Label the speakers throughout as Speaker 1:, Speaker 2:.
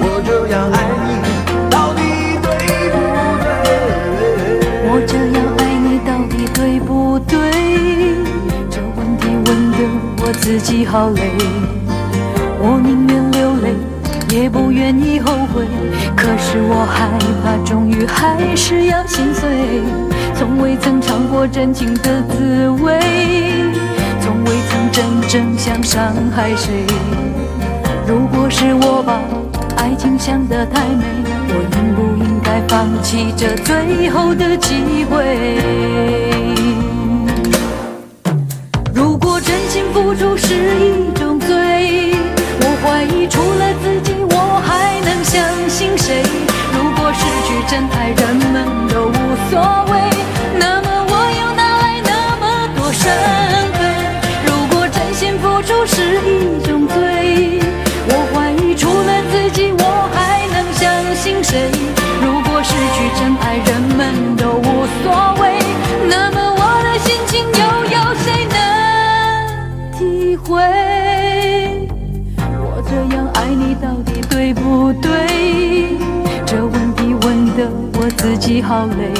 Speaker 1: 我这样爱你，到底对不对？
Speaker 2: 我这样爱你到底对不对？这问题问得我自己好累，我宁愿流泪，也不愿意后悔。可是我害怕，终于还是要心碎。从未曾尝过真情的滋味，从未曾真正想伤害谁。如果是我把爱情想得太美，我应不应该放弃这最后的机会？如果真心付出是一种罪，我怀疑除了自己，我还能相信谁？如果失去真爱，人们都无所谓，那么我又哪来那么多伤悲？如果真心付出是一种罪，我怀疑除了自己，我还能相信谁？如果失去真爱，人们都无所谓，那么我的心情又有谁能体会？我这样爱你到底对不对？这问题问得我自己好累。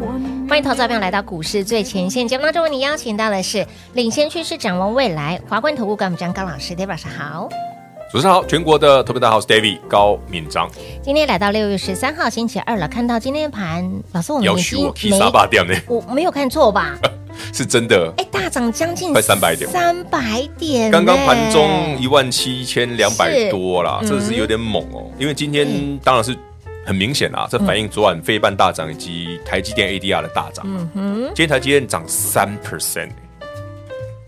Speaker 2: 我宁愿
Speaker 3: 欢迎投资者朋友来到股市最前线节目当中，为你邀请到的是领先趋势、展望未来华冠投顾高敏章高老师，大家晚上好。
Speaker 4: 主持人好，全国的特别大号是 David 高敏章，
Speaker 3: 今天来到六月十三号星期二了，看到今天盘，老师我们
Speaker 4: 要
Speaker 3: 已
Speaker 4: 娶我
Speaker 3: 经哦
Speaker 4: K
Speaker 3: 没
Speaker 4: 沙巴店呢，
Speaker 3: 我没有看错吧？
Speaker 4: 是真的。
Speaker 3: 哎，大涨将近
Speaker 4: 快300点
Speaker 3: 三百点呢，
Speaker 4: 刚刚盘中一万七千两百多啦，
Speaker 3: 哎是嗯
Speaker 4: 这是有点猛哦。因为今天当然是很明显
Speaker 3: 嗯
Speaker 4: 啦，这反映昨晚非半大涨以及台积电 ADR 的大涨。啊
Speaker 3: 嗯
Speaker 4: 今天台积电涨三 percent，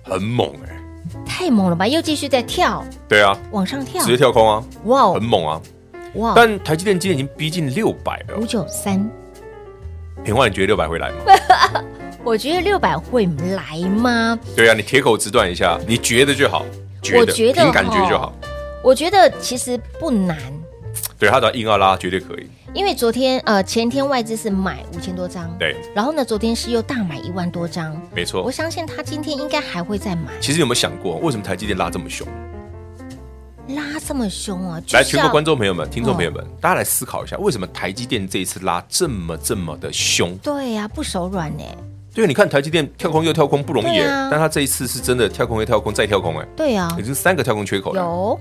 Speaker 4: 很猛哎、
Speaker 3: 太猛了吧？又继续在跳，
Speaker 4: 对啊，
Speaker 3: 往上跳
Speaker 4: 直，接跳空啊，
Speaker 3: 哇哦
Speaker 4: 很猛啊。
Speaker 3: 哇哦，嗯
Speaker 4: 但台积电今天已经逼近六百了
Speaker 3: 五，九三，
Speaker 4: 平花你觉得六百会来吗？
Speaker 3: 我觉得六百会来吗？
Speaker 4: 对啊，你铁口直断一下，你觉得就好，觉得
Speaker 3: 觉得
Speaker 4: 凭感觉就
Speaker 3: 哦
Speaker 4: 好。
Speaker 3: 我觉得其实不难，
Speaker 4: 对他只要硬要拉，绝对可以。
Speaker 3: 因为昨天呃前天外资是买五千多张，
Speaker 4: 对，
Speaker 3: 然后呢昨天是又大买一万多张，
Speaker 4: 没错
Speaker 3: 我。相信他今天应该还会再买，
Speaker 4: 其实有没有想过，为什么台积电拉这么凶？
Speaker 3: 拉这么凶啊！
Speaker 4: 来，
Speaker 3: 就是嗯
Speaker 4: 全
Speaker 3: 要
Speaker 4: 国观众朋友们、听众朋友们，大家来思考一下，为什么台积电这一次拉这么这么的凶？
Speaker 3: 对呀、不手软呢、
Speaker 4: 对，你看台积电跳空又跳空不容易
Speaker 3: 对
Speaker 4: 耶，
Speaker 3: 啊
Speaker 4: 但它这一次是真的跳空又跳空再跳空，哎，
Speaker 3: 对呀、
Speaker 4: 已经三个跳空缺口了。
Speaker 3: 有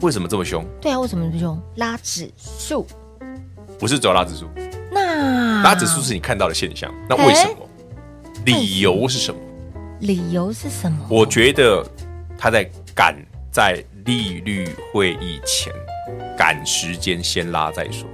Speaker 4: 为什么这么凶？
Speaker 3: 对啊，为什么不用拉指数？
Speaker 4: 不是只有拉指数，
Speaker 3: 啊那
Speaker 4: 拉指数是你看到的现象，那为什么？
Speaker 3: 哎
Speaker 4: 理由是什么？
Speaker 3: 理由是什么？
Speaker 4: 我觉得他在赶在利率会议前赶时间，先拉再说。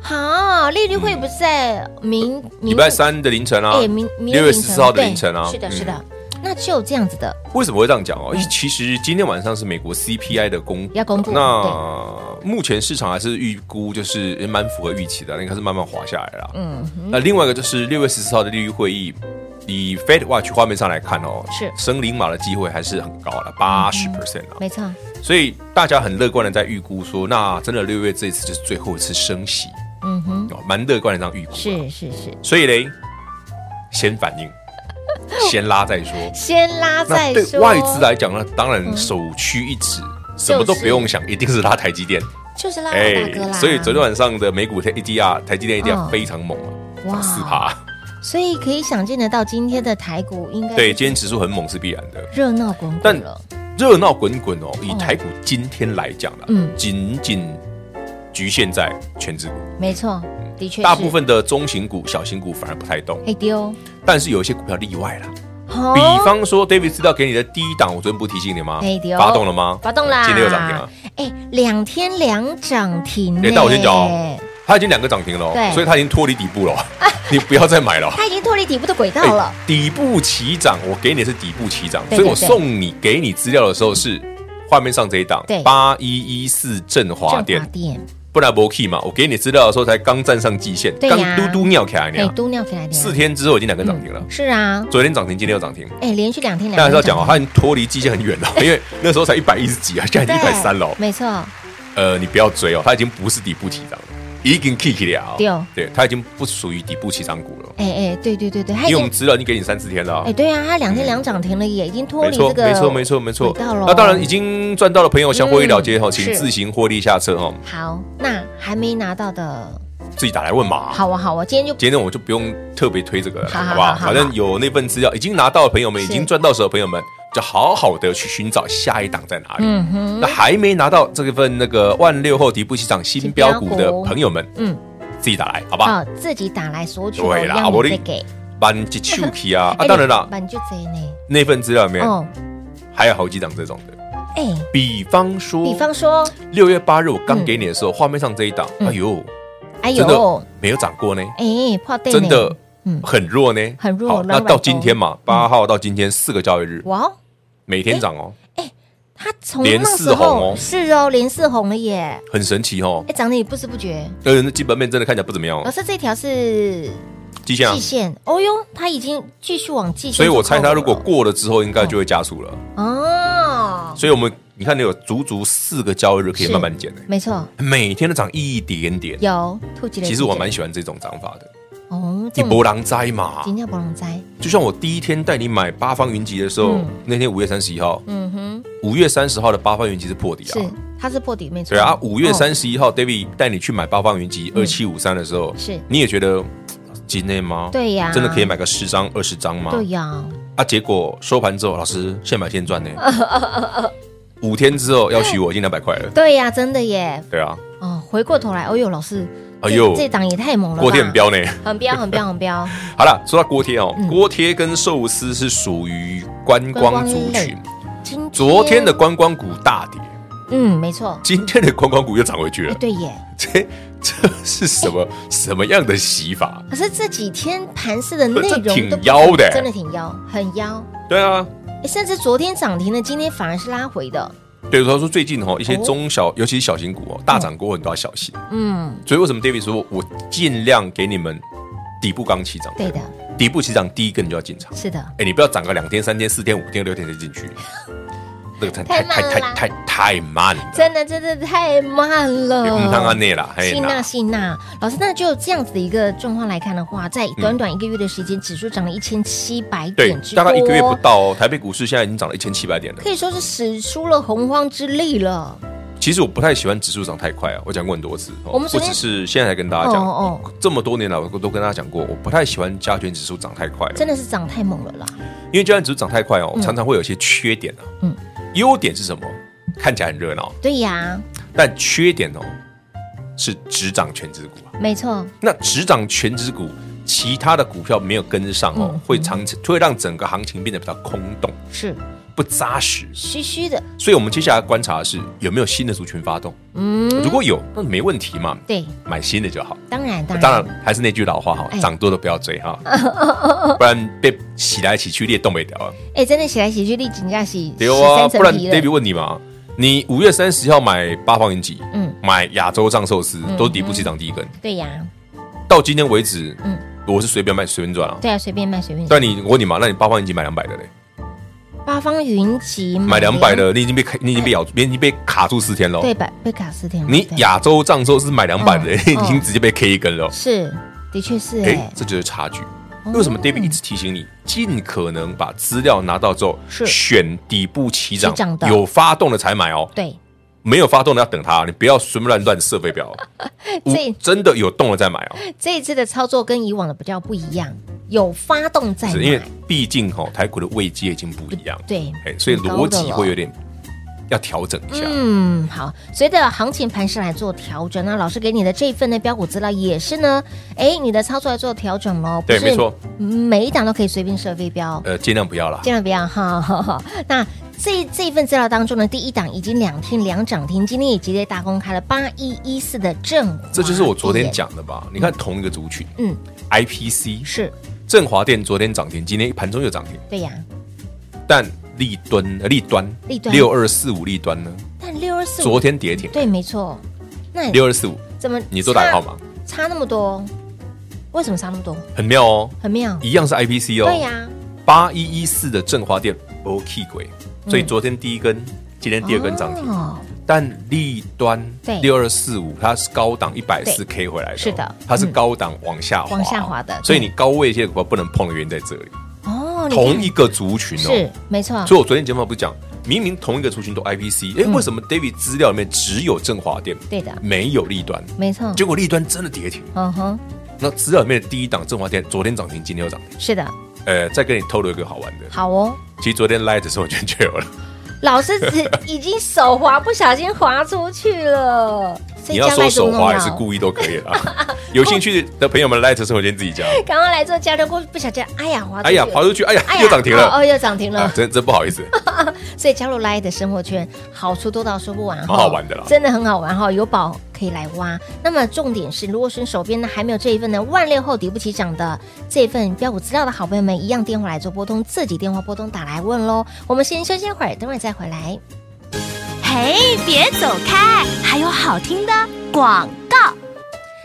Speaker 3: 好，利率会不是在明明
Speaker 4: 礼拜三的凌晨啊，
Speaker 3: 哎，明明
Speaker 4: 六月十四号的凌晨啊，
Speaker 3: 对是的，
Speaker 4: 嗯
Speaker 3: 是的，那就这样子的，
Speaker 4: 为什么会这样讲哦？因为其实今天晚上是美国 CPI 的公
Speaker 3: 要公布
Speaker 4: 那目前市场还是预估就是也蛮符合预期的，那应该是慢慢滑下来了。嗯，那另外一个就是六月十四号的利率会议，以 Fed Watch 画面上来看哦，
Speaker 3: 是嗯
Speaker 4: 升零码的机会还是很高了，八十 percent 啊。
Speaker 3: 没错，
Speaker 4: 所以大家很乐观的在预估说，那真的六月这一次就是最后一次升息，
Speaker 3: 嗯哼，
Speaker 4: 哦，蛮乐观的这样预估。
Speaker 3: 是是是，
Speaker 4: 所以嘞，先反 应，先拉再说。
Speaker 3: 先拉
Speaker 4: 那
Speaker 3: 再
Speaker 4: 对
Speaker 3: 说。嗯
Speaker 4: 外资来啊讲呢，当然首屈一指，什么都不用想，一定是拉台积电。哎
Speaker 3: 就是拉大哥啦，
Speaker 4: 所以昨天晚上的美股 ADR 台积电
Speaker 3: 嗯
Speaker 4: ADR 非常猛
Speaker 3: 哇
Speaker 4: 啊，四趴。
Speaker 3: 所以可以想见得到今天的台股应该
Speaker 4: 对，今天指数很猛是必然的。
Speaker 3: 热闹滚滚
Speaker 4: 但
Speaker 3: 了，
Speaker 4: 热闹滚滚哦，以台股今天来讲啦
Speaker 3: 嗯，
Speaker 4: 仅仅局限在全指股，
Speaker 3: 没错，的确是
Speaker 4: 嗯大部分的中型股、小型股反而不太动，
Speaker 3: 黑丢，
Speaker 4: 但是有一些股票例外啦。
Speaker 3: 好
Speaker 4: 比方说，David 知道给你的第一档，我昨天不提醒你吗
Speaker 3: 嘿对哦？
Speaker 4: 发动了吗？
Speaker 3: 发动啦，
Speaker 4: 今天又涨停了。，
Speaker 3: 哎，两天两涨停呢，
Speaker 4: 哎但我先讲哦它已经两个涨停了
Speaker 3: 对
Speaker 4: 哦，所以它已经脱离底 部了哦，你不要再买了哦。
Speaker 3: 它已经脱离底部的轨道
Speaker 4: 哎
Speaker 3: 了，
Speaker 4: 底部起涨，我给你的是底部起涨，
Speaker 3: 对
Speaker 4: 所以我
Speaker 3: 对对
Speaker 4: 送你给你资料的时候是画面上这一档
Speaker 3: 对，
Speaker 4: 八一一四振华
Speaker 3: 电
Speaker 4: 电，不然不 key 嘛。我给你资料的时候才刚站上季线，
Speaker 3: 对
Speaker 4: 刚
Speaker 3: 呀
Speaker 4: 嘟嘟尿起
Speaker 3: 哎，
Speaker 4: 来呢。
Speaker 3: 都尿起来点。
Speaker 4: 四天之后已经两根涨停了，
Speaker 3: 是啊，
Speaker 4: 昨天涨停，今天又涨停。
Speaker 3: 哎，连续两天
Speaker 4: 但
Speaker 3: 两天
Speaker 4: 还是要讲哦，
Speaker 3: 涨
Speaker 4: 它已经脱离季线 很远了，因为那时候才一百一十几啊，现在
Speaker 3: 停
Speaker 4: 已经一百三了哦
Speaker 3: 对。没错，
Speaker 4: 呃，你不要追哦，它已经不是底部起涨了，已经 kick 了哦。
Speaker 3: 对哦
Speaker 4: 对，它已经不属于底部起涨股了，
Speaker 3: 哎哎，对对对对，它
Speaker 4: 因
Speaker 3: 已
Speaker 4: 为我们
Speaker 3: 经
Speaker 4: 资料已经给你三四天了啊
Speaker 3: 哎，。对啊，它两天两涨停了，也已经脱
Speaker 4: 没
Speaker 3: 离
Speaker 4: 错，
Speaker 3: 这个
Speaker 4: 没错，没错，没错
Speaker 3: 轨道咯。
Speaker 4: 那当然，已经赚到的朋友想获利了结哈，
Speaker 3: 嗯
Speaker 4: 请
Speaker 3: 是
Speaker 4: 自行获利下车哦，
Speaker 3: 好，那还没拿到的，
Speaker 4: 自己打来问嘛。
Speaker 3: 好啊好啊，今天就
Speaker 4: 今天我们就不用特别推这个了，
Speaker 3: 好好
Speaker 4: 好不好？
Speaker 3: 好好
Speaker 4: 反正有那份资料已经拿到的朋友们，已
Speaker 3: 是
Speaker 4: 经赚到手的朋友们，就好好的去寻找下一档在哪里。
Speaker 3: 嗯哼，
Speaker 4: 那还没拿到这份那个万六后底部起涨新标股的朋友们，
Speaker 3: 嗯，
Speaker 4: 自己打来，好不好？
Speaker 3: 哦，自己打来索取哦，
Speaker 4: 对啦
Speaker 3: 让
Speaker 4: 我的
Speaker 3: 你再给。
Speaker 4: 满一手去啊！啊，
Speaker 3: 哎
Speaker 4: 当然啦，
Speaker 3: 你就贼呢。
Speaker 4: 那份资料里面
Speaker 3: 哦，
Speaker 4: 还有好几档这种的，
Speaker 3: 哎，
Speaker 4: 比方说，
Speaker 3: 比方说，
Speaker 4: 六月八日我刚给你的时候，画面上这一档，
Speaker 3: 嗯
Speaker 4: 哎呦，
Speaker 3: 哎
Speaker 4: 真
Speaker 3: 呦
Speaker 4: 的，没有涨过呢，
Speaker 3: 哎，泡对呢
Speaker 4: 真的
Speaker 3: 嗯，
Speaker 4: 很弱呢，
Speaker 3: 很弱
Speaker 4: 好，
Speaker 3: 软
Speaker 4: 那
Speaker 3: 软
Speaker 4: 到
Speaker 3: 的
Speaker 4: 今天嘛，八号到今天四个交易日，
Speaker 3: 哇哦，
Speaker 4: 每天涨哦，
Speaker 3: 它从
Speaker 4: 连
Speaker 3: 那
Speaker 4: 四
Speaker 3: 时
Speaker 4: 红
Speaker 3: 候
Speaker 4: 哦
Speaker 3: 是哦，连四红了耶，
Speaker 4: 很神奇哦。
Speaker 3: 哎，涨得也不知不觉。
Speaker 4: 呃，那基本面真的看起来不怎么样
Speaker 3: 老
Speaker 4: 哦，
Speaker 3: 师，这条是
Speaker 4: 季线啊
Speaker 3: 呃季，线，哦哟，它已经继续往季线
Speaker 4: 所
Speaker 3: 走
Speaker 4: 以
Speaker 3: 了，
Speaker 4: 我猜它如果过了之后，应该就会加速了。
Speaker 3: 哦，
Speaker 4: 所以我们你看，你有足足四个交易日可以
Speaker 3: 是
Speaker 4: 慢慢减呢，
Speaker 3: 没错，
Speaker 4: 每天都涨一点点。
Speaker 3: 有突击了。
Speaker 4: 其实我蛮喜欢这种涨法的，
Speaker 3: 哦，
Speaker 4: 你
Speaker 3: 这
Speaker 4: 博
Speaker 3: 种
Speaker 4: 狼灾嘛，
Speaker 3: 金价不能摘，
Speaker 4: 就像我第一天带你买八方云集的时候
Speaker 3: 嗯，
Speaker 4: 那天五月三十一号，
Speaker 3: 嗯哼，
Speaker 4: 五月三十号的八方云集是破底啊
Speaker 3: 是。它是破底没错。
Speaker 4: 对啊，五月
Speaker 3: 哦嗯
Speaker 4: 三十一号，David 带你去买八方云集二七五三的时候，
Speaker 3: 是
Speaker 4: 你也觉得嘖今天吗？
Speaker 3: 对呀
Speaker 4: 真的可以买个十张、二十张吗？
Speaker 3: 哦对呀，
Speaker 4: 啊，结果收盘之后，老师现买现 赚呢。五天之后要许我已经两百块了，
Speaker 3: 对呀，真的耶。
Speaker 4: 对啊，
Speaker 3: 哦，回过头来，哦呦，老师，
Speaker 4: 哎呦
Speaker 3: 这这档也太猛了吧，
Speaker 4: 锅贴很标呢。
Speaker 3: 很彪，很彪，很 彪，
Speaker 4: 好了，说到锅贴哦，
Speaker 3: 嗯
Speaker 4: 锅贴跟寿司是属于观光族
Speaker 3: 观光
Speaker 4: 群
Speaker 3: 类。今天
Speaker 4: 昨天的，观光股大跌，
Speaker 3: 嗯，没错，
Speaker 4: 今天的观光股又涨回去
Speaker 3: 哎
Speaker 4: 了，
Speaker 3: 对耶。
Speaker 4: 这这是什么什么样的洗法？
Speaker 3: 可是这几天盘市的内容
Speaker 4: 这挺
Speaker 3: 都不
Speaker 4: 妖的
Speaker 3: 真的挺妖，很妖。
Speaker 4: 对啊，
Speaker 3: 哎甚至昨天涨停的，今天反而是拉回的。
Speaker 4: 对，他说最近哈、哦、一些
Speaker 3: 哦
Speaker 4: 中小，尤其是小型股哦，大涨过后你都要小心。
Speaker 3: 嗯，
Speaker 4: 所以为什么 David 说我尽量给你们底部刚起涨，
Speaker 3: 对的，
Speaker 4: 底部起涨第一根你就要进场。
Speaker 3: 是的，
Speaker 4: 哎，你不要涨个两天、三天、四天、五天、六天才进去，那个太太
Speaker 3: 太慢了
Speaker 4: 太
Speaker 3: 啦
Speaker 4: 太太太慢了，嗯
Speaker 3: 真哦的真的太慢了。
Speaker 4: 唔当哎安内啦，嘿
Speaker 3: 辛
Speaker 4: 啦
Speaker 3: 纳，辛纳老师，那就这样子的一个状况来看的话，在短短一个月的时间，指数涨了一千七百
Speaker 4: 对
Speaker 3: 点之，多，
Speaker 4: 大概一个月不到哦，台北股市现在已经涨了一千七百点了
Speaker 3: 可。以说是使出了洪荒之力了。
Speaker 4: 其实我不太喜欢指数涨太快啊，我讲过很多次。哦
Speaker 3: 我们昨
Speaker 4: 我
Speaker 3: 天
Speaker 4: 只是现在才跟大家讲，
Speaker 3: 哦
Speaker 4: 这么多年来我都跟大家讲过，我不太喜欢加权指数涨太快，啊
Speaker 3: 真的是涨太猛了啦！
Speaker 4: 因为加权指数涨太快哦，常常会有一些缺点啊。
Speaker 3: 嗯，
Speaker 4: 优点是什么？看起来很热闹，
Speaker 3: 对呀，
Speaker 4: 但缺点哦是只涨全指股啊。
Speaker 3: 没错，
Speaker 4: 那只涨全指股，其他的股票没有跟上哦，
Speaker 3: 嗯
Speaker 4: 会长会让整个行情变得比较空洞、
Speaker 3: 是
Speaker 4: 不扎实。
Speaker 3: 虚虚的，
Speaker 4: 所以我们接下来观察的是有没有新的族群发动。嗯，如果有，那没问题嘛，
Speaker 3: 对，
Speaker 4: 买新的就好。
Speaker 3: 当然当
Speaker 4: 当
Speaker 3: 然，
Speaker 4: 然，还是那句老话哈
Speaker 3: 嗯哎，
Speaker 4: 涨多的不要追 哈，不然被洗来洗去，你也动不了啊。
Speaker 3: 哎，真的洗来洗去，立井价洗
Speaker 4: 对啊，
Speaker 3: 13
Speaker 4: 不然
Speaker 3: 层皮
Speaker 4: David
Speaker 3: 了，
Speaker 4: 问你嘛，你五月三十号买八方云集，
Speaker 3: 嗯
Speaker 4: 嗯，买亚洲藏寿司，都底部起涨第一根，
Speaker 3: 对呀，
Speaker 4: 到今天为止，
Speaker 3: 嗯
Speaker 4: 嗯，我是随便卖随便赚啊。
Speaker 3: 对啊，随便卖随便。
Speaker 4: 但你我问你嘛，那你八方云集买两百的嘞，
Speaker 3: 八方云集
Speaker 4: 买两百，的，你已哦经被卡你已经被咬，你已经被卡住四天喽。
Speaker 3: 哎对吧？被卡四天了，
Speaker 4: 你
Speaker 3: 对
Speaker 4: 亚洲藏寿司买两百的，
Speaker 3: 嗯
Speaker 4: 你已经直接被 K 一根了。
Speaker 3: 是，的确是
Speaker 4: 哎
Speaker 3: 哎，，
Speaker 4: 这就是差距。为
Speaker 3: 哦
Speaker 4: 什么 David 一直提醒你，尽可能把资料拿到之后，
Speaker 3: 是
Speaker 4: 选底部起涨
Speaker 3: 起涨的
Speaker 4: 有发动的才买哦，
Speaker 3: 对，
Speaker 4: 没有发动的要等它，你不要随便乱乱设 备表哦。我
Speaker 3: 这
Speaker 4: 真的有动了再买哦，
Speaker 3: 这一次的操作跟以往的比较不一样，有发动在
Speaker 4: 是因为
Speaker 3: 买，
Speaker 4: 毕竟哈台股的位阶已经不一样，
Speaker 3: 对
Speaker 4: 哎，所以
Speaker 3: 很高
Speaker 4: 逻
Speaker 3: 的
Speaker 4: 辑
Speaker 3: 了
Speaker 4: 会有点要调整一下。
Speaker 3: 嗯，好，随着行情盘势来做调整，那老师给你的这份的标股资料也是呢，哎，你的操作来做调整喽，不
Speaker 4: 对
Speaker 3: 是
Speaker 4: 没错，
Speaker 3: 每一档都可以随便设飞镖。
Speaker 4: 呃，尽量不要啦。
Speaker 3: 尽量不要哈 哈哈。那这这份资料当中呢，第一档已经两天两涨停，今天也直接大公开了八一一四的正，
Speaker 4: 这就是我昨天，讲的吧？你看同一个族群，
Speaker 3: 嗯，
Speaker 4: ，IPC
Speaker 3: 是
Speaker 4: 振华电昨天涨停，今天盘中又涨停，
Speaker 3: 对呀，
Speaker 4: 但立敦呃立端
Speaker 3: 立端
Speaker 4: 六二四五立端呢？
Speaker 3: 但六二四
Speaker 4: 昨天跌停，
Speaker 3: 对，没错。那
Speaker 4: 六二四五
Speaker 3: 怎么
Speaker 4: 你做代号
Speaker 3: 差
Speaker 4: 码
Speaker 3: 差那么多？为什么差那么多？
Speaker 4: 很妙哦，
Speaker 3: 很妙。
Speaker 4: 一样是 IPC 哦。
Speaker 3: 对呀，
Speaker 4: 八一一四的振华店不气鬼，所以昨天第一根，今天第二根涨停。
Speaker 3: 嗯哦，
Speaker 4: 但立端
Speaker 3: 对
Speaker 4: 六二四五，它是高档一百四
Speaker 3: 对
Speaker 4: K 回来的哦，
Speaker 3: 是的嗯
Speaker 4: 它是高档往下滑
Speaker 3: 往下滑的
Speaker 4: 所以你高位一些股票不能碰的原因在这里。
Speaker 3: 哦，你看
Speaker 4: 同一个族群
Speaker 3: 是
Speaker 4: 哦，
Speaker 3: 没错，
Speaker 4: 所以我昨天节目不是讲，明明同一个族群都 IPC，哎，
Speaker 3: 嗯
Speaker 4: 为什么 David 资料里面只有振华店，
Speaker 3: 对的嗯
Speaker 4: 没有立端？
Speaker 3: 没错。
Speaker 4: 结果立端真的跌停，
Speaker 3: 嗯哼，
Speaker 4: 那资料里面的第一档振华店昨天涨停，今天又涨停。
Speaker 3: 是的，
Speaker 4: 呃，再跟你透露一个好玩的，
Speaker 3: 好哦。
Speaker 4: 其实昨天 Light 的时候我就就有 了。
Speaker 3: 老师只已经手滑，不小心滑出去了。所以
Speaker 4: 你要
Speaker 3: 加
Speaker 4: 说
Speaker 3: 快速
Speaker 4: 手
Speaker 3: 度弄
Speaker 4: 滑也
Speaker 3: 到
Speaker 4: 是故意都可以啦。
Speaker 3: 啊
Speaker 4: 有兴趣的朋友们来直生活间自己加。
Speaker 3: 赶快来做加量过，不小心，哎呀，滑出
Speaker 4: 哎
Speaker 3: 去
Speaker 4: 呀
Speaker 3: 了，
Speaker 4: 滑出去，哎呀，
Speaker 3: 哎呀
Speaker 4: 又涨停
Speaker 3: 哦，
Speaker 4: 了，
Speaker 3: 哦又涨停
Speaker 4: 啊
Speaker 3: 了。
Speaker 4: 真真不好意思。
Speaker 3: 所以加入 Light 的生活圈，好处多到说不完，
Speaker 4: 蛮好玩的啦
Speaker 3: 真的很好玩哈，有宝可以来挖。那么重点是，如果是手边呢还没有这一份呢万六后底不起涨的这份标股资料的好朋友们，一样电话来做拨通，自己电话拨通打来问喽。我们先休息一会儿，等会儿再回来。
Speaker 5: 嘿，别走开，还有好听的广告。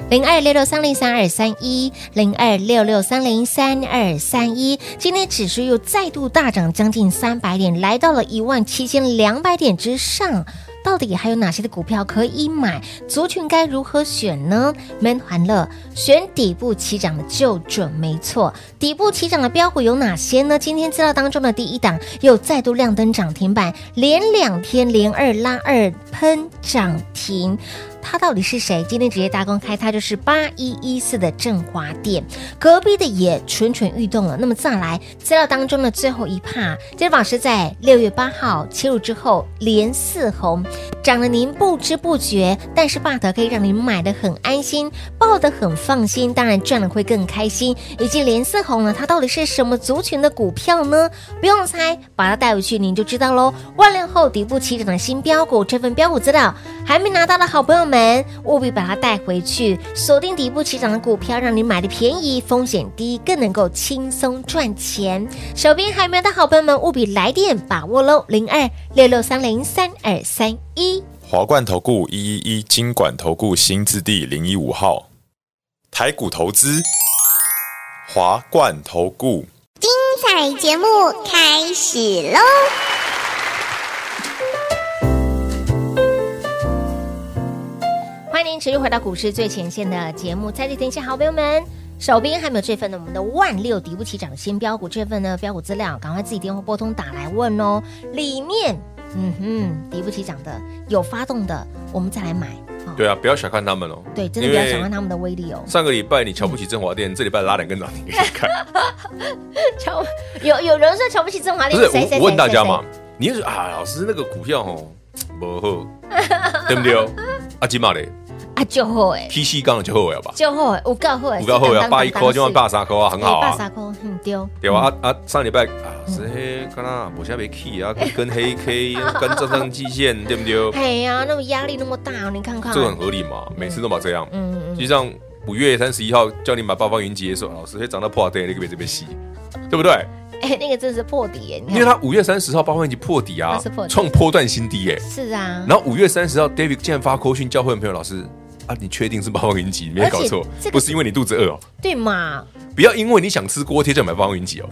Speaker 3: 零二六六三零三二三一，零二六六三零三二三一。今天指数又再度大涨将近三百点，来到了一万七千两百点之上。到底还有哪些的股票可以买？族群该如何选呢？闷环乐选底部起涨的就准没错。底部起涨的标股有哪些呢？今天资料当中的第一档又再度亮灯涨停板，连两天连二拉二喷涨停。他到底是谁？今天直接大公开，他就是八一一四的振华店，隔壁的也蠢蠢欲动了。那么再来资料当中的最后一趴，这榜是在六月八号切入之后连四红，涨了您不知不觉，但是 but 可以让您买的很安心，抱得很放心，当然赚了会更开心。以及连四红呢，它到底是什么族群的股票呢？不用猜，把它带回去您就知道喽。万六后底部起涨的新标股，这份标股资料还没拿到的好朋友们，务必把它带回去，锁定底部起涨的股票，让你买的便宜，风险低，更能够轻松赚钱。手边还没有的好朋友们，务必来电把握喽，零二六六三零三二三一。
Speaker 6: 华冠投顾一一一金管投顾新字第零一五号，台股投资，华冠投顾。
Speaker 7: 彩节目开始喽！
Speaker 3: 欢迎您持续回到股市最前线的节目，在这天下好朋友们。手边还没有这份呢，我们的万六底不起涨新标股这份呢标股资料，赶快自己电话拨通打来问哦。里面，嗯哼，底不起涨的有发动的，我们再来买。哦、
Speaker 4: 对啊，不要小看他们哦。
Speaker 3: 对，真的不要小看
Speaker 4: 因为
Speaker 3: 他们的威力哦。
Speaker 4: 上个礼拜你瞧不起振华店，这礼拜拉两根涨停给你 看。
Speaker 3: 瞧，有有人说瞧不起中华
Speaker 4: 不
Speaker 3: 电
Speaker 4: 是
Speaker 3: 谁谁
Speaker 4: 我
Speaker 3: 谁
Speaker 4: 我问大家
Speaker 3: 谁
Speaker 4: 嘛，你是啊，老师那个股票哦，不好，对不对？ 啊，起码嘞
Speaker 3: 谁啊，就会哎，
Speaker 4: ，PC 刚就后悔了吧？
Speaker 3: 就会，五告会，
Speaker 4: 股票后悔啊，八一
Speaker 3: 扣
Speaker 4: 扣，就万八三扣啊，很好
Speaker 3: 哎八
Speaker 4: 啊。
Speaker 3: 三嗯扣，嗯丢，
Speaker 4: 对吧？啊啊，上礼拜啊是黑，干啦，我下被 key 啊，跟 黑 K，跟正上季线，对不哦对？
Speaker 3: 哎呀，那么压力那么大，哦你看看，
Speaker 4: 这个很合理嘛，每次都嘛这样。
Speaker 3: 嗯嗯。
Speaker 4: 就像五月三十一号叫你买八方云集的时候，老师会涨到破底，那个被这边吸，对不对？
Speaker 3: 哎、那个真的是破底耶！你
Speaker 4: 因为
Speaker 3: 看，
Speaker 4: 它五月三十号八方云集破底啊
Speaker 3: 它是嗯破，底
Speaker 4: 创波段新低耶。
Speaker 3: 是啊，
Speaker 4: 然后五月三十号，David 竟然发扣讯教会朋友老师啊，你确定是八方云集？你没搞错
Speaker 3: 而且这，个
Speaker 4: 不是因为你肚子饿哦，
Speaker 3: 对嘛？
Speaker 4: 不要因为你想吃锅贴就买八方云集哦。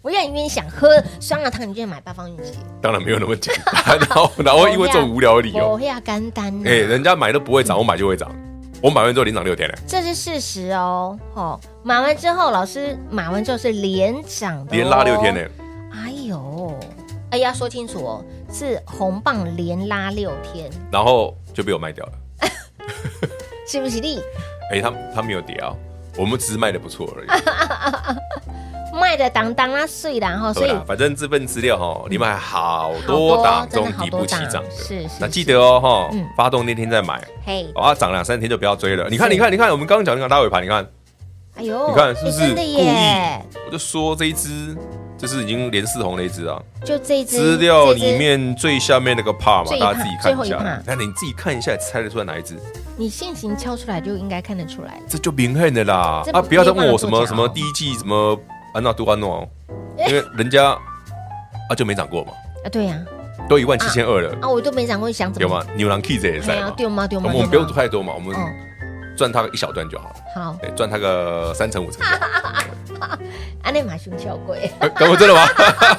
Speaker 3: 我让你想喝酸辣汤，你就买八方云集，
Speaker 4: 当然没有那么简 单，然后然后因为这种无聊的理由
Speaker 3: 我，要干单、啊。
Speaker 4: 哦哎、人家买都不会涨，我买就会涨。我买完之后连涨六天了，
Speaker 3: 这是事实哦。哦，买完之后，老师买完之后是连涨的、哦
Speaker 4: 连拉六天呢、。
Speaker 3: 哎呦，哎呀，说清楚哦，是红棒连拉六天，
Speaker 4: 然后就被我卖掉了。
Speaker 3: 是不是你
Speaker 4: 哎、他他没有跌啊，我们只是卖的不错
Speaker 3: 啊
Speaker 4: 而已。
Speaker 3: 卖的当当啊碎啦哈，所
Speaker 4: 对
Speaker 3: 以
Speaker 4: 啦，反正这份资料哈，你买好多档这种底部起涨
Speaker 3: 嗯好多真的好多
Speaker 4: 的
Speaker 3: 档，是是
Speaker 4: 那记得哦哈
Speaker 3: 嗯，
Speaker 4: 发动那天再买，
Speaker 3: 嘿，
Speaker 4: 哦，啊涨两三天就不要追了。你看，
Speaker 3: 是
Speaker 4: 你看，你看，我们刚刚讲那个拉尾盘，你看，
Speaker 3: 哎呦，
Speaker 4: 你看是不
Speaker 3: 哎
Speaker 4: 是
Speaker 3: 真
Speaker 4: 故
Speaker 3: 的
Speaker 4: 意
Speaker 3: 耶？？
Speaker 4: 我就说这一只，这是已经连四红的一只啊。
Speaker 3: 就这一只
Speaker 4: 资料
Speaker 3: 这一只
Speaker 4: 里面最下面那个 part 嘛
Speaker 3: 最，一 part，
Speaker 4: 大家自己看一
Speaker 3: 最后一
Speaker 4: 下
Speaker 3: part。
Speaker 4: 那你自己看一下，猜得出来哪一只？
Speaker 3: 你现行敲出来就应该看得出来。
Speaker 4: 这就明显的啦
Speaker 3: 这
Speaker 4: 啊！不要再问我什
Speaker 3: 没办
Speaker 4: 么
Speaker 3: 法
Speaker 4: 什
Speaker 3: 做假哦
Speaker 4: 么第一季什么安娜杜安诺哦，因为人家 啊啊，就没涨过嘛，
Speaker 3: 啊，对呀、
Speaker 4: 都一万七千二了，
Speaker 3: 啊，我都没想过想怎
Speaker 4: 有
Speaker 3: 么
Speaker 4: 吗？牛郎 K 这也
Speaker 3: 哎
Speaker 4: 在
Speaker 3: 呀
Speaker 4: 嘛，啊
Speaker 3: 对吗对吗
Speaker 4: 我们我们不
Speaker 3: 对吗
Speaker 4: 用太多嘛，我们
Speaker 3: 哦
Speaker 4: 赚它一小段就好了，
Speaker 3: 好，
Speaker 4: 对，赚它个三成五成就好。
Speaker 3: 安内马熊小鬼，
Speaker 4: 哎干我真的吗？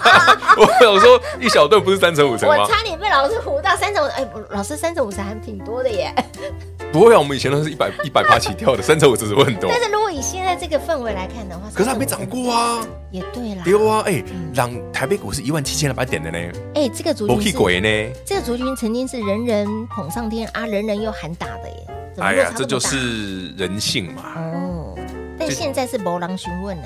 Speaker 4: 我想说一小段不是三成五成
Speaker 3: 我
Speaker 4: 吗？
Speaker 3: 差点被老师唬到三种，哎，老师三种五十还挺多的耶。
Speaker 4: 不会啊，我们以前都是一百一百趴起跳的，三成五成是会很多
Speaker 3: 但。是如果以现在这个氛围来看的话，
Speaker 4: 可是还没涨过啊，
Speaker 3: 也对啦。
Speaker 4: 丢啊！哎、让台北股是一万七千两百点的呢，
Speaker 3: 哎，这个族
Speaker 4: 我
Speaker 3: 群
Speaker 4: 去
Speaker 3: 是
Speaker 4: 鬼呢。
Speaker 3: 这个族群曾经是人人捧上天啊，人人又喊打的耶。怎么
Speaker 4: 哎
Speaker 3: 落
Speaker 4: 呀
Speaker 3: 差，
Speaker 4: 这
Speaker 3: 么
Speaker 4: 就
Speaker 3: 大
Speaker 4: 是人性嘛，
Speaker 3: 哦。但
Speaker 4: 这
Speaker 3: 现在是博狼询问呢，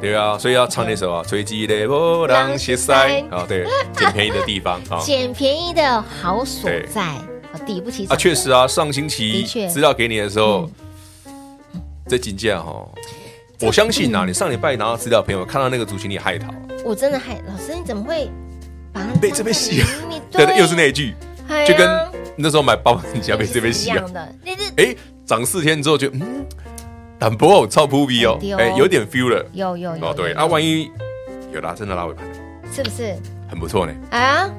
Speaker 4: 对啊，所以要唱那首啊，吹鸡的波浪斜塞啊，对，捡便宜的地方啊。
Speaker 3: 捡便宜的好所
Speaker 4: 对
Speaker 3: 在，啊底不起
Speaker 4: 啊，确实啊，上星期
Speaker 3: 的确嗯
Speaker 4: 资料给你的时候，这金价哈，我相信啊，你上礼拜拿到资料，朋友看到那个族群，你害逃，啊
Speaker 3: 我真的害老师，你怎么会把它
Speaker 4: 被这边洗了
Speaker 3: 你
Speaker 4: 对，又是那一句，
Speaker 3: 哎呀
Speaker 4: 就跟那时候买包你家被这边洗
Speaker 3: 一
Speaker 4: 啊
Speaker 3: 样，的，那是
Speaker 4: 哎，涨四天之后就嗯，淡薄哦，超扑逼哦
Speaker 3: 对，哦
Speaker 4: 哎，有点 feel 了，
Speaker 3: 有有有
Speaker 4: 哦，对
Speaker 3: 有
Speaker 4: 啊，万一有啦，真的拉尾盘，
Speaker 3: 是不是
Speaker 4: 很不错呢，
Speaker 3: 啊？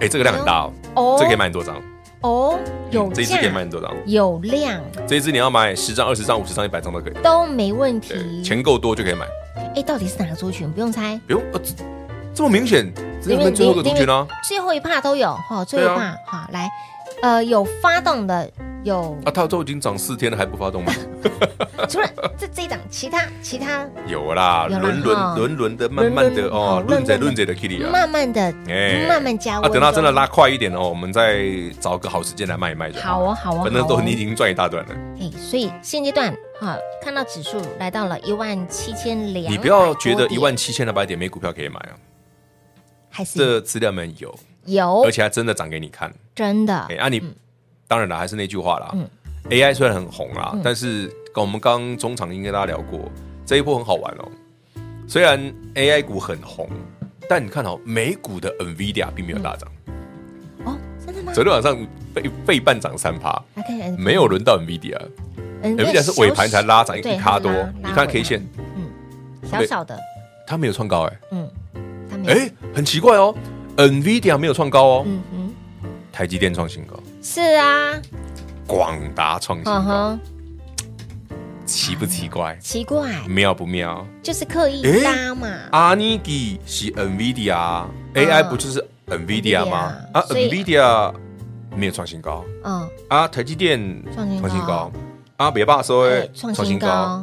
Speaker 4: 哎，这个量很大哦，
Speaker 3: 哦，
Speaker 4: 这可以卖很多张，
Speaker 3: 哦，有
Speaker 4: 这一只
Speaker 3: 价
Speaker 4: 可以卖很多张，
Speaker 3: 有量
Speaker 4: 这一只你要买十张、二十张、五十张、一百张都可以，
Speaker 3: 都没问
Speaker 4: 对，
Speaker 3: 题。
Speaker 4: 钱够多就可以买，
Speaker 3: 哎，到底是哪个族群？不用猜，
Speaker 4: 不用呃这这么明显，这就跟最后一个族群啊，
Speaker 3: 最后一趴都有哈，最后一
Speaker 4: 对啊
Speaker 3: 趴哈，来，呃，有发动的有，
Speaker 4: 啊，它都已经涨四天了还不 发动吗？
Speaker 3: 除了这这一档，其他其他
Speaker 4: 有啦，
Speaker 3: 有啦
Speaker 4: 轮
Speaker 3: 哈
Speaker 4: 轮轮轮的，慢慢的
Speaker 3: 轮轮
Speaker 4: 哦
Speaker 3: 哦，
Speaker 4: 轮着
Speaker 3: 轮轮
Speaker 4: 轮着的 Kitty 啊，
Speaker 3: 慢慢的慢慢加
Speaker 4: 啊，
Speaker 3: 温，
Speaker 4: 等它真的拉快一点哦，我们再找个好时间来卖一卖就
Speaker 3: 好
Speaker 4: 了
Speaker 3: 哦，好哦，
Speaker 4: 反正都
Speaker 3: 好哦
Speaker 4: 你已经赚一大段了，
Speaker 3: 哎，所以现阶段哈，看到指数来到了一万七千两，
Speaker 4: 你不要觉得一万七千两百点没股票可以买啊，
Speaker 3: 还是哦
Speaker 4: 这资料们有，
Speaker 3: 有
Speaker 4: 而，且还真的涨给你看。
Speaker 3: 真的
Speaker 4: 哎，啊
Speaker 3: 嗯
Speaker 4: 你当然了，还是那句话啦，AI 虽然很红
Speaker 3: 嗯
Speaker 4: 啦，但是跟我们刚刚中场应该大家聊过，这一波很好玩哦。虽然 AI 股很红，但你看哦，美股的 NVIDIA 并没有大涨，
Speaker 3: 哦，真的吗？
Speaker 4: 昨天晚上被被半涨三趴，
Speaker 3: 来看一下
Speaker 4: 没有轮到 NVIDIA。
Speaker 3: 嗯
Speaker 4: NVIDIA 是尾盘才拉涨一
Speaker 3: 对
Speaker 4: 一咖
Speaker 3: 它
Speaker 4: 多
Speaker 3: 拉，
Speaker 4: 你
Speaker 3: 拉
Speaker 4: 看
Speaker 3: 尾
Speaker 4: K
Speaker 3: 盘
Speaker 4: 线，
Speaker 3: 小小的，
Speaker 4: 它没有创高哎，
Speaker 3: 嗯，它没有，
Speaker 4: 哎，很奇怪哦，NVIDIA 没有创高哦，
Speaker 3: 嗯哼，
Speaker 4: 台积电创新高，
Speaker 3: 是啊，
Speaker 4: 广达创新
Speaker 3: 嗯
Speaker 4: 高，
Speaker 3: 哼，
Speaker 4: 奇不奇怪？
Speaker 3: 奇怪，
Speaker 4: 妙不妙？
Speaker 3: 就是刻意
Speaker 4: 哎
Speaker 3: 拉嘛，
Speaker 4: 阿尼基是 NVIDIA，AI 不就是 NVIDIA 吗？啊
Speaker 3: 嗯 NVIDIA，所以
Speaker 4: ，NVIDIA 没有创新高
Speaker 3: 嗯，
Speaker 4: 啊，台积电
Speaker 3: 创新高
Speaker 4: 啊，别霸说
Speaker 3: 哎
Speaker 4: 的
Speaker 3: 创新高，
Speaker 4: 啊，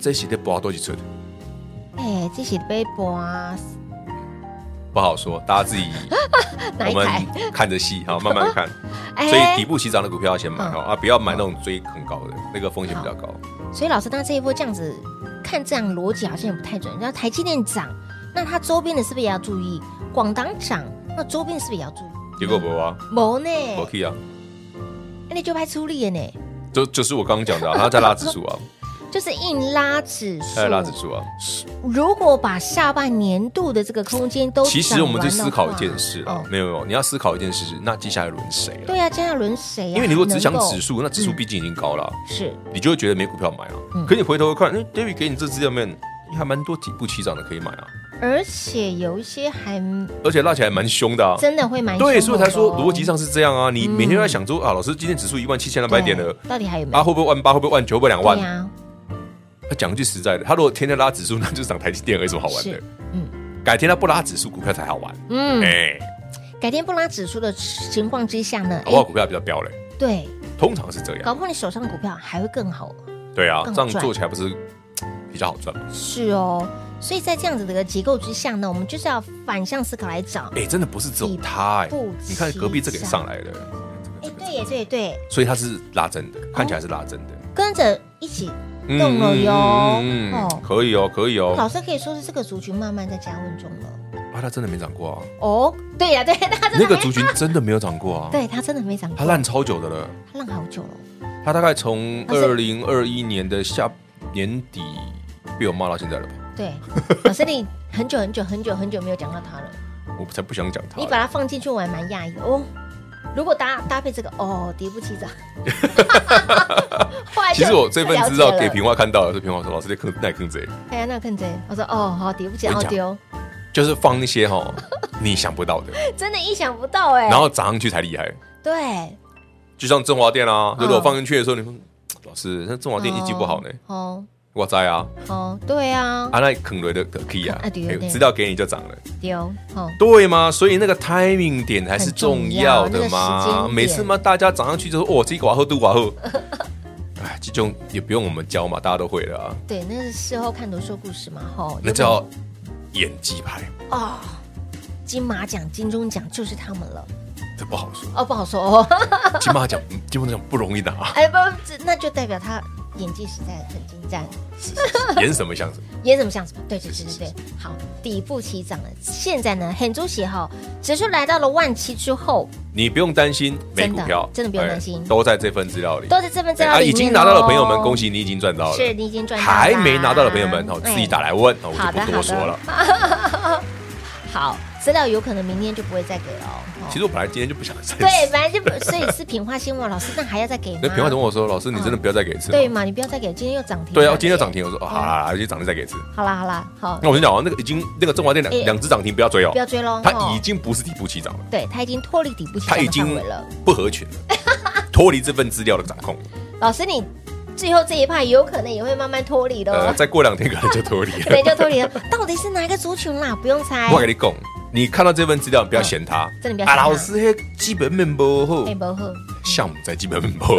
Speaker 4: 这是在播多几次
Speaker 3: 哎，这些微博啊，
Speaker 4: 不好说，大家自己
Speaker 3: 哪
Speaker 4: 我
Speaker 3: 一
Speaker 4: 们
Speaker 3: 台？
Speaker 4: 看着戏 好，慢慢看。
Speaker 3: 哎
Speaker 4: 所以底部起涨的股票要先买
Speaker 3: 嗯
Speaker 4: 哦啊，不要买那种追很高的，那个风险比较高。
Speaker 3: 所以老师，他这一波这样子看这样逻辑好像也不太准。然后台积电涨，那它周边的是不是也要注意？广达涨，那周边是不是也要注意？
Speaker 4: 结果不啊，
Speaker 3: 没呢，哎
Speaker 4: 我 k 啊，
Speaker 3: 那你就拍出力了呢，
Speaker 4: 就就是我刚刚讲 的啊，它在拉指数啊，
Speaker 3: 就是硬拉指数。
Speaker 4: 它在拉指数啊。
Speaker 3: 如果把下半年度的这个空间都
Speaker 4: 其实我们在
Speaker 3: 在
Speaker 4: 思考一件事
Speaker 3: 哦
Speaker 4: 啊，没有没有，你要思考一件事是，那接下来轮谁了？
Speaker 3: 对啊，接下来轮谁啊？
Speaker 4: 因为你如果只想
Speaker 3: 能够嗯
Speaker 4: 指数，那指数毕竟已经高了啊，
Speaker 3: 是
Speaker 4: 你就会觉得没股票买啊。可你回头看，嗯，David 给你这资料面，你还蛮多底部起涨的可以买啊，
Speaker 3: 而且有一些还
Speaker 4: 而且拉起来蛮凶的啊。
Speaker 3: 真的会蛮
Speaker 4: 对，所
Speaker 3: 凶猛
Speaker 4: 以我才
Speaker 3: 的
Speaker 4: 说
Speaker 3: 哦嗯
Speaker 4: 逻辑上是这样啊。你每天都在想说啊，老师今天指数一万七千两百点了，
Speaker 3: 对到底还有没
Speaker 4: 啊，
Speaker 3: 有？
Speaker 4: 会不会万八，会不会万九，会不会两万
Speaker 3: 对？啊，
Speaker 4: 他讲句实在的，他如果天天拉指数， 那就是涨台积电而已有什么好玩的
Speaker 3: 是？嗯
Speaker 4: 改天他不拉指数，股票才好玩。
Speaker 3: 嗯，
Speaker 4: 哎，
Speaker 3: 改天不拉指数的情况之下呢，
Speaker 4: 搞不好股票比较飙嘞，
Speaker 3: 对，
Speaker 4: 通常是这样。
Speaker 3: 搞不好你手上的股票还会更好。
Speaker 4: 对啊，
Speaker 3: 更
Speaker 4: 这样
Speaker 3: 赚
Speaker 4: 做起来不是嘖比较好赚吗？
Speaker 3: 是哦，所以在这样子的一个结构之下呢，我们就是要反向思考来找。
Speaker 4: 哎，真的不是只有他哎
Speaker 3: 底部，
Speaker 4: 你看隔壁这个也
Speaker 3: 起涨
Speaker 4: 上来了，
Speaker 3: 哎，对耶，对对，
Speaker 4: 所以它是拉真的，看起来是拉真的。
Speaker 3: 跟着一起
Speaker 4: 嗯
Speaker 3: 动了哟。
Speaker 4: 嗯嗯嗯
Speaker 3: 哦，
Speaker 4: 可以哦，可以哦。
Speaker 3: 老师可以说是这个族群慢慢在加温中了。
Speaker 4: 啊，它真的没涨过啊，
Speaker 3: 哦，对呀，对，他真
Speaker 4: 那
Speaker 3: 的
Speaker 4: 个
Speaker 3: 没
Speaker 4: 族群真的没有涨过啊，
Speaker 3: 对他真的没涨过，
Speaker 4: 它烂超久的了。
Speaker 3: 他浪好久了。
Speaker 4: 它大概从
Speaker 3: 它是
Speaker 4: 二零二一年的下年底被我骂到现在了吧？
Speaker 3: 对， 老师你很久很久很久很久没有讲到他了，
Speaker 4: 我才不想讲它
Speaker 3: 你
Speaker 4: 了。
Speaker 3: 把它放进去我还蛮讶异的哦。如果搭搭配这个，哦，敌不起 涨。后来就
Speaker 4: 其实我这份资料
Speaker 3: 了解
Speaker 4: 给
Speaker 3: 了
Speaker 4: 平花看到的时候，平花说：“老师在坑在坑贼。
Speaker 3: 哎呀，那更贼！我说哦，好，底不起
Speaker 4: 我跟
Speaker 3: 奥
Speaker 4: 你讲
Speaker 3: 丢，
Speaker 4: 就是放一些哈你想不到的，
Speaker 3: 真的意想不到哎、
Speaker 4: 然后涨上去才厉害。
Speaker 3: 对，
Speaker 4: 就像振华店啊，就是
Speaker 3: 嗯
Speaker 4: 我放进去的时候，你说老师，那振华店业绩不好呢，
Speaker 3: 哦
Speaker 4: 我栽啊，
Speaker 3: 哦，对啊，
Speaker 4: 啊那坑雷的的 key 啊，
Speaker 3: 啊对
Speaker 4: 哎
Speaker 3: 对
Speaker 4: 资料给你就涨了。
Speaker 3: 丢哦，
Speaker 4: 对吗？所以那个 timing 点才是重要
Speaker 3: 很重要那
Speaker 4: 的
Speaker 3: 个时
Speaker 4: 嘛。
Speaker 3: 间点
Speaker 4: 每次嘛，大家涨上去就说哦，这个往后，都往后。 哎，这种也不用我们教嘛，大家都会了啊。
Speaker 3: 对，那是事后看图说故事嘛，吼、
Speaker 4: 那
Speaker 3: 有没有
Speaker 4: 叫演技派，
Speaker 3: 哦，金马奖、金钟奖就是他们了
Speaker 4: 这不 好说。
Speaker 3: 哦，不好说哦，
Speaker 4: 金马奖，嗯金马奖不容易 拿，啊
Speaker 3: 哎不，这那就代表他演技实在很精湛，
Speaker 4: 演什么像什么。
Speaker 3: 演什么像什么，对对对对对，好，底部起涨了，现在呢，很猪血哈，指数来到了万七之后，
Speaker 4: 你不用担心没股票，
Speaker 3: 真的真的不用担心
Speaker 4: 哎都在这份资料里。
Speaker 3: 都在这份资料
Speaker 4: 哎
Speaker 3: 里面、
Speaker 4: 已经拿到的朋友们，恭
Speaker 3: 喜，
Speaker 4: 喜你已经赚到了。
Speaker 3: 是你已经赚到了哎
Speaker 4: 还没拿到的朋友们，哦，自己打来问，哦我
Speaker 3: 好
Speaker 4: 就
Speaker 3: 的
Speaker 4: 不多说了。
Speaker 3: 好，资料有可能明天就不会再给了哦，哦
Speaker 4: 其实我本来今天就不想再
Speaker 3: 对，本来就不，所以是平花新闻，老师，那还要再给吗？
Speaker 4: 那平花跟啊我说，老师，你真的不要再给一次了。
Speaker 3: 对嘛？你不要再给，今天又涨停了。
Speaker 4: 对啊，今天又涨停，我说哦好啦，好啦，就涨停再给一次。
Speaker 3: 好啦好啦，好，
Speaker 4: 那我先讲啊，那个已经那个中华电两
Speaker 3: 哎
Speaker 4: 两只涨停不要追哦
Speaker 3: 不，要追喽。
Speaker 4: 它
Speaker 3: 吼
Speaker 4: 已经不是底部起涨了，
Speaker 3: 对它已经脱离底部起
Speaker 4: 它
Speaker 3: 涨
Speaker 4: 已
Speaker 3: 的范
Speaker 4: 经
Speaker 3: 围了。
Speaker 4: 不合群 了，脱离这份资料的掌控了。
Speaker 3: 老师，你最后这一趴有可能也会慢慢脱离的
Speaker 4: 呃，
Speaker 3: 哦，
Speaker 4: 再过两天可能就脱离
Speaker 3: 对，
Speaker 4: 了。
Speaker 3: 就脱离了。到底是哪一个族群啦？不用猜
Speaker 4: 我。跟你讲，你看到这份资料不要嫌它，
Speaker 3: 嗯真的不要嫌
Speaker 4: 啊，
Speaker 3: 它
Speaker 4: 老师，嘿，基本面不好
Speaker 3: 哎，，不好，
Speaker 4: 项目在基本面不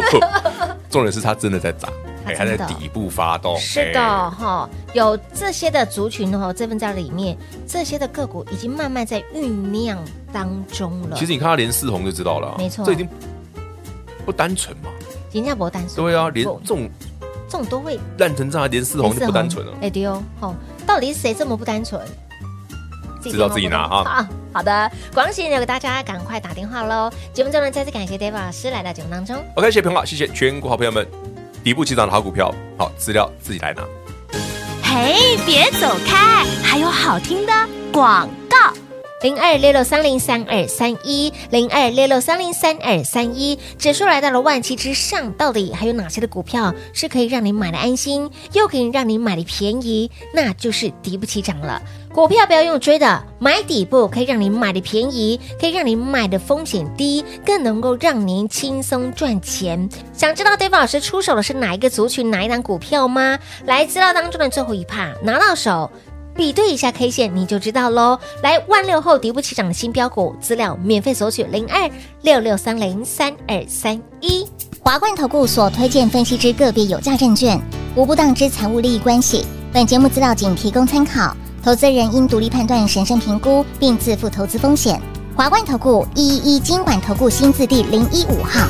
Speaker 4: 好，重点是它真的在涨，
Speaker 3: 它
Speaker 4: 哎，
Speaker 3: 真
Speaker 4: 它在
Speaker 3: 的
Speaker 4: 底部发动，
Speaker 3: 是的
Speaker 4: 哎，
Speaker 3: 哈，有这些的族群哦，这份在里面，这些的个股已经慢慢在酝酿当中了。
Speaker 4: 其实你看它连四红就知道了啊，
Speaker 3: 没错
Speaker 4: 这已经不单纯嘛，
Speaker 3: 人家不单纯，
Speaker 4: 对啊，连
Speaker 3: 不
Speaker 4: 这种
Speaker 3: 这种都会
Speaker 4: 烂成这样，连四红就不单纯了。
Speaker 3: 哎对哦，好，到底是谁这么不单纯？
Speaker 4: 知道自己拿啊
Speaker 3: 啊！好的，广喜留给大家，赶快打电话喽！节目最后呢，再次感谢 David 老师来到节目当中。
Speaker 4: OK，谢谢平老，谢谢全国好朋友们，底部起涨的好股票，好资料自己来拿。
Speaker 5: 嘿，别走开，还有好听的广告。
Speaker 3: 零二六六三零三二三一，零二六六三零三二三一，指数来到了万七之上，到底还有哪些的股票是可以让你买的安心，又可以让你买的便宜？那就是底部起涨了。股票不要用追的，买底部可以让你买的便宜，可以让你买的风险低，更能够让您轻松赚钱。想知道 David 老师出手的是哪一个族群、哪一档股票吗？来资料当中的最后一趴拿到手。比对一下 K 线，你就知道喽。来，万六后底部起涨的新标股资料免费索取零二六六三零三二三一。
Speaker 7: 华冠投顾所推荐分析之个别有价证券，无不当之财务利益关系。本节目资料仅提供参考，投资人应独立判断、审慎评估，并自负投资风险。华冠投顾一一一金管投顾新字第零一五号。